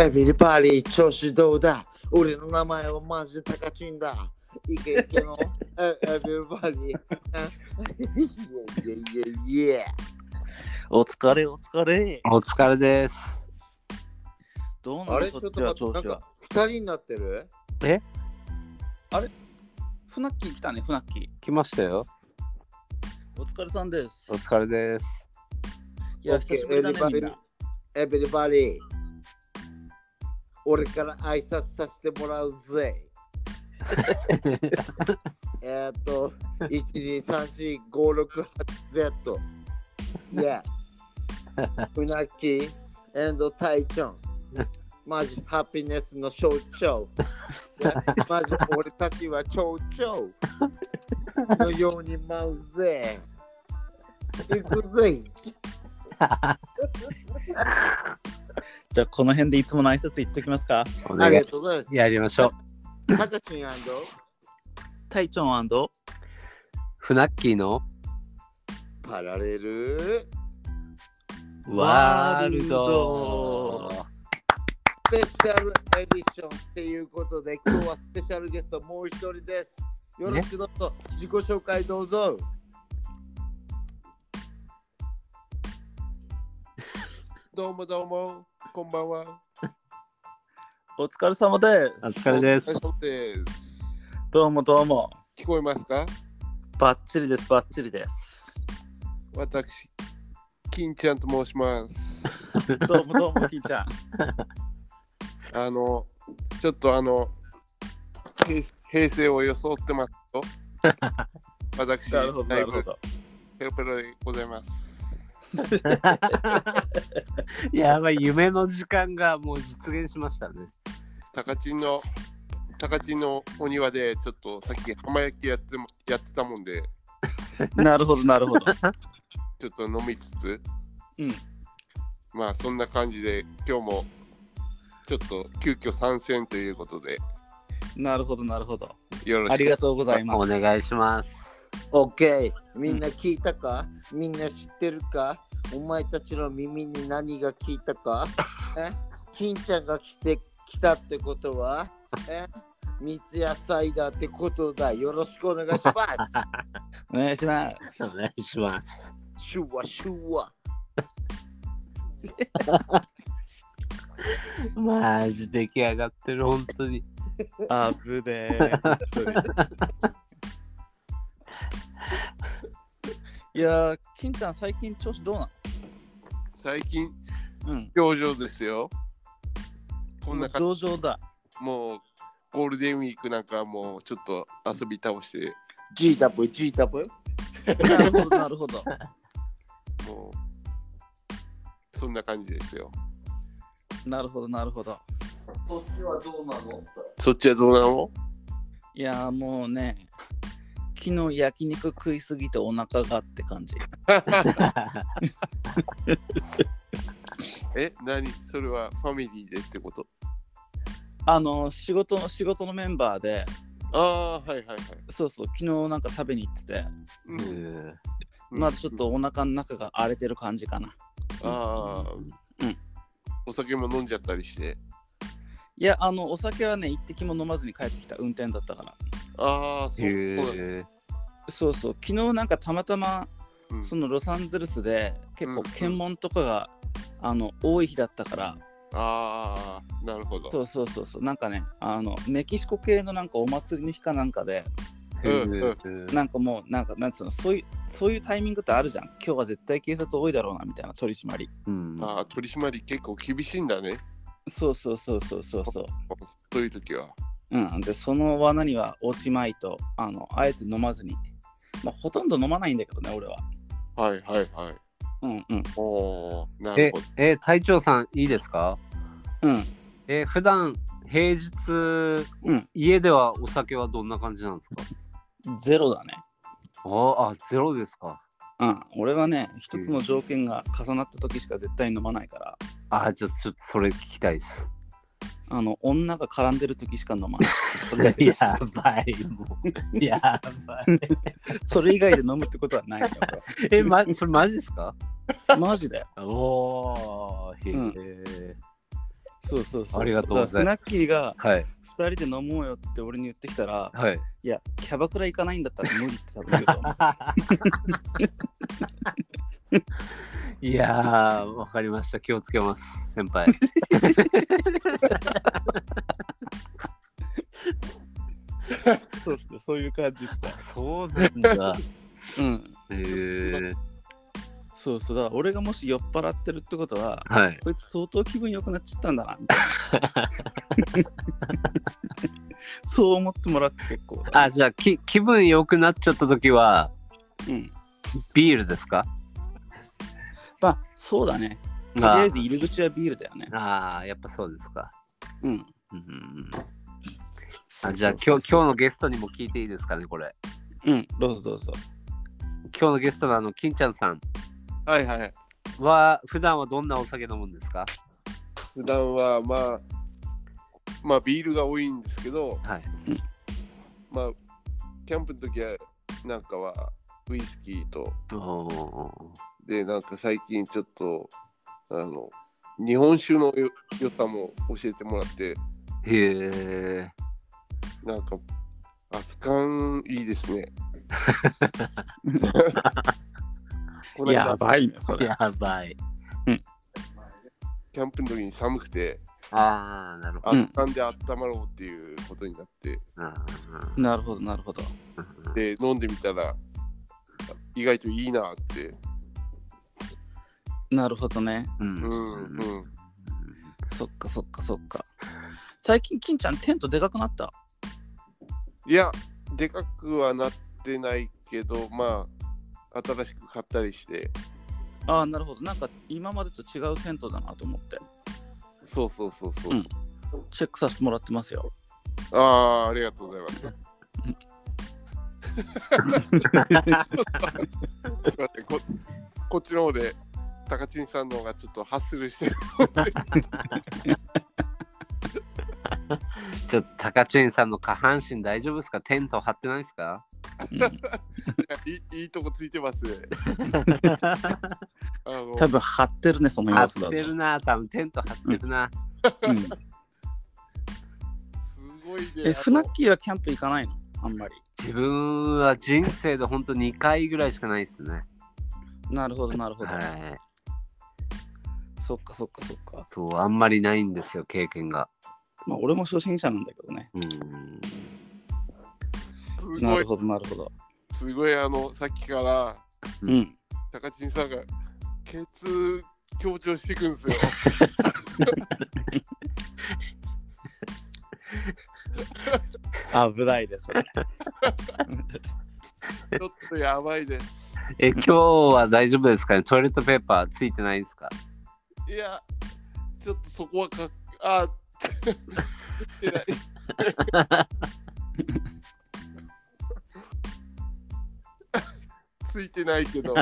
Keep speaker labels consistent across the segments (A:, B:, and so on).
A: エビリパリー、調子どうだ俺の名前はマジでタカチンだ。イケイケのエエビリパリ ー。イエイエイエイエイ。
B: お疲れ、お疲れ。
C: お疲れです。
B: どうな
A: あ
B: の
A: れ
B: そ
A: ち
B: っ
A: ょっ
B: ち
A: と待
B: は
A: って、
B: 調
A: なん
B: 子は
A: か。二人になってる
B: フナッキー来たね、フナッキー。
C: 来ましたよ。
B: お疲れさんです
C: お。疲れです。
B: いや、
A: OK
B: 久しぶりだね、みんな。
A: エビリバリー。俺から挨拶させてもらう ぜ。えっと、1234568Z。Yeah。うなき and タイチョン。マジハピネスの象徴。Yeah マジ俺たちは蝶々のように舞うぜ。行くぜ。
B: じゃあ、この辺でいつもの挨拶言っておきますか。
C: お
A: あ
C: 願
A: り
C: い
A: が。とうございます。
C: やりましょう。
A: タカチンアンド
B: タイチョン
C: フナッキーの
A: パラレル
C: ワ
B: ワ
C: ー
B: ー
C: ル
B: ルド。
C: ド
A: スペシャルエディションっていうこと で今日はスペシャルゲストもう一人です。よろしくどうぞ、自己紹介どうぞ。
D: どうもどうも、こんばんは。
B: お疲れ様で
C: お
B: す。
C: 疲れです
D: お。疲れ様です
B: どうもどうも。
D: 聞こえますか
B: バッチリです、バッチリです。
D: 私、金ちゃんと申し ます。
B: どうもどうも、キー ちゃん。
D: あの、ちょっとあの、平平成を装ってます よ。私、
B: なるほど、な
D: だい
B: るほ
D: ぶ
B: ど。
D: ペロペロでございます。
C: やばい、夢の時間がもう実現しましたね。
D: タカチンの、タカチンのお庭で、ちょっとさっき浜焼きやってもやってたもんで、
B: なるほど、なるほど。
D: ちょっと飲みつつ、
B: うん。
D: まあそんな感じで、今日もちょっと急遽参戦ということで、
B: なるほど、なるほど。
D: よろしく
B: ありがとうございます。
C: お願いします。
A: オッケーみんな聞いたか、みんな知ってるかお前たちの耳に何が聞いたか え金ちゃんが来て来たってこと はえ三ツ矢サイダーってことだ。よろしくお願いします。
B: お願いします。
C: お願いしま す。
A: シュワシュワ。
C: マジ出来上がってる、本当に。
B: あぶねえ。本当にいやー、金ちゃん、最近調子どうな
D: 最近
B: のうん。
D: 上々ですよ。こんな感
B: 上々だ。
D: じ、もうゴールデンウィークなんかもうちょっと遊び倒して、
A: GW、GW。
B: なるほど、なるほど。
D: もうそんな感じですよ。
B: なるほど、なるほど。
A: そっちはどうなの
D: そっちはどうなの
B: いやー、もうね、昨日焼肉食いすぎてお腹がって感じ。
D: え、何それはファミリーでってこと
B: あの、仕事の仕事のメンバーで、
D: ああ、はいはいはい。
B: そうそう、昨日なんか食べに行ってて、
D: う
C: うんん
B: まだちょっ。とお腹の中が荒れてる感じかな。
D: ああ、
B: うん
D: お酒も飲んじゃったりして。
B: いや、あの、お酒はね、一滴も飲まずに帰ってきた運転だったから。
D: ああ、そうそうだ、
C: へ
B: そうそう、昨日なんかたまたま、
D: うん
B: そのロサンゼルスで結構
D: うんうん
B: 検問とかが、あの多い日だったから
D: ああ、なるほど。
B: そうそうそうそうなんかねあのメキシコ系のなんかお祭りの日かなんかで
C: え
D: うん
C: へえ
B: なんかもうなんかなんつうのそういうそういうタイミングってあるじゃん今日は絶対警察多いだろうなみたいな取り締まり
C: うん
D: ああ、取り締まり結構厳しいんだね。
B: そうそうそうそうそうそう
D: そういう時は。
B: うんでその罠には落ちまいとあのあえて飲まずにまあほとんど飲まないんだけどね俺は
D: はいはいはい。
B: うんうん
D: おお、なる
C: え
D: ほど。、
C: え、隊長さん、いいですか
B: うん
C: え、普段、平日、
B: うん
C: 家ではお酒はどんな感じなんですか
B: ゼロだね
C: ああ、ゼロですか。
B: うん俺はね一つの条件が重なった時しか絶対飲まないから
C: あ、じゃあちょっとそれ聞きたいです。
B: あの女が絡んでる時しか飲 まない。それ
C: や
B: だけです
C: ばい、も う。やばい。
B: それ以外で飲むってことはないよ。
C: え、ま、それマジですか
B: マジで。
C: おー、へえ、
B: そうそうそう。
C: ありがとうございます
B: だからフナッキーが
C: はい。
B: 2人で飲もうよって俺に言ってきたら、
C: はい。
B: いや、キャバクラ行かないんだったら無理って多分言う と思う
C: いやー、わかりました。気をつけます、先輩。
B: そうっすね、そういう感じですか。
C: そうなん だ。
B: うん。
C: えー、
B: そうそうだ、から俺がもし酔っ払ってるってことは、
C: はい。
B: こいつ相当気分良くなっちゃったんだな、みたい な。そう思ってもらって結構だ。
C: あ、じゃあ、き気分良くなっちゃった時は、
B: うん。
C: ビールですか
B: まあ、そうだね。とりあえず入り口はビールだよね。
C: ああ、やっぱそうですか。
B: うん。
C: うん、あじゃあ今日今日のゲストにも聞いていいですかね、これ。
B: 日の。うん、どうぞど うぞ。
C: 今日のゲストのあの、金ちゃんさん
D: はいはい。
C: は、普段はどんなお酒飲むんですか
D: 普段はまあ、まあビールが多いんですけど、
C: はい。
D: まあ、キャンプの時はなんかはウイスキーと、
C: おー
D: で、なんか最近ちょっと、あの、日本酒のよ良さも教えてもらって、
C: へえ。
D: なんか、熱感いいですね。この間
B: やばいね、それ。
C: やばい。
D: キャンプの時に寒くて、
C: ああ、なるほど。
B: うん
D: 熱感で温まろうっていうことになって、
C: あー
B: なるほど、なるほど。
D: で、飲んでみたら、意外といいなって。
B: なるほどね。
C: う。
D: うんん
C: う
D: うんん。
B: そっかそっかそっか。最近、金ちゃん、テントでかくなった。
D: いや、でかくはなってないけど、まあ、新しく買ったりして、
B: ああ、なるほど。なんか、今までと違うテントだなと思って、
D: そうそうそうそう。
B: うんチェックさせてもらってますよ。
D: ああ、ありがとうござ います。す いませんこ、こっちの方で、高知さんの方がちょっとハッスルしてる。
C: ちょっと、高知さんの下半身大丈夫ですかテント張ってないですか
B: うん
D: い いいいとこつい てますね。あの
B: 多分張ってるね、その
C: 張
B: 様
C: っ
B: 子だと。
C: てるな、多分テント張ってるな。
B: うん
D: すごいね。
B: え、
D: あの
B: フナッキーはキャンプ行かないのあんまり。
C: 自分は人生で本当2回ぐらいしかないですね。
B: なるほど、なるほど。
C: はい。
B: そっかそっかそっか。
C: そう、あんまりないんですよ、経験が。
B: まあ、俺も初心者なんだけどね。
C: うん。
D: す
B: な
D: ご
B: る
D: い、
B: ほど、なるほど。
D: すごい、あの、さっきから、
B: うん。
D: 高知さんが、ケツ強調していく んですよ。
B: 危ないです、そ れ。
D: ちょっとやばいです。
C: え、今日は大丈夫ですかねトイレットペーパーついてないですか
D: いや、ちょっとそこはかっ、あ、 いやついてな いけど、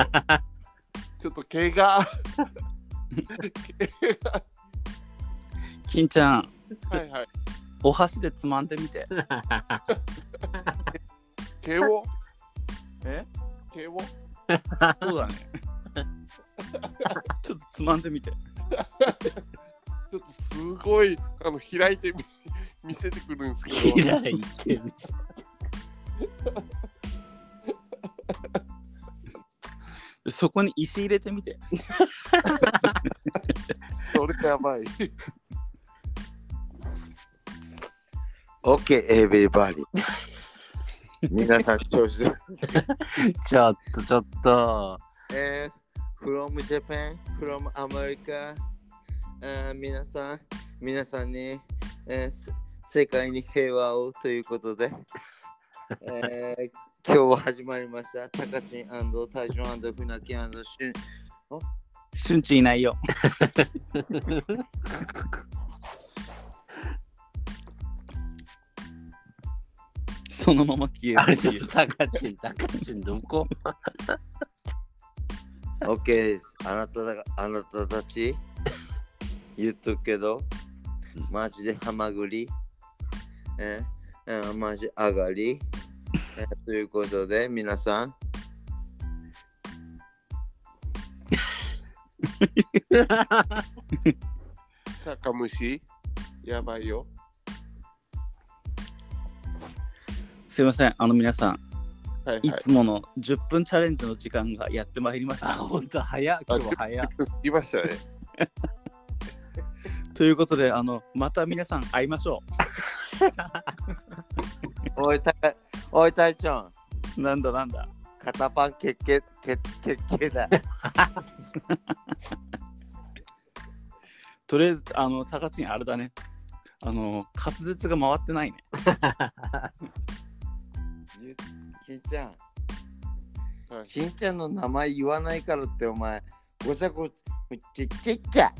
D: ちょっと怪我。 怪
B: 金ちゃん、
D: 我はいはい。
B: お箸でつまんでみて。
D: 毛を
B: え
D: 毛を
B: そうだね。 ちょっとつまんでみて。
D: ちょっとすごいあの開いてみ 見せてくるんですけど、
C: いてる。
B: そこに石入れてみて。
D: それやばい。
A: OK, everybody. 皆さん視聴して。
C: ちょっと、ちょっと。
A: えー、from Japan, from America、えー皆さん、皆さんに、えーせ世界に平和をということで、えー今日は始まりました。タカチン大将船木シュン
B: しゅんちい ないよ。そのまま消
C: あ
B: え
C: れ
B: る
C: ちょっと、高知、高知、どこ
A: OK です。あなたがあなたたち 言っとくけど、マジでハマグリ、えーえーマジ上がり、えーということで、皆さん、
D: 酒蒸しやばいよ。
B: すいません、あの皆さん、
D: はい
B: い
D: はい。
B: つもの10分チャレンジの時間がやってまいりまし
C: あ、
B: た。
C: ほんと、早い。今日早い。
D: いましたね。
B: ということで、あのまた皆さん会いましょ
A: おい、たおい、隊長。
B: う。なんだなんだ。
A: 肩パンけっけ、けっけっけだ。
B: とりあえず、あの、タカチンあれだね。あの、滑舌が回ってないね。
A: ゆ金ちゃん。
D: はい、
A: 金ちゃんの名前言わないからって、お前、ごちゃごちゃ、ちっちゃっちゃ。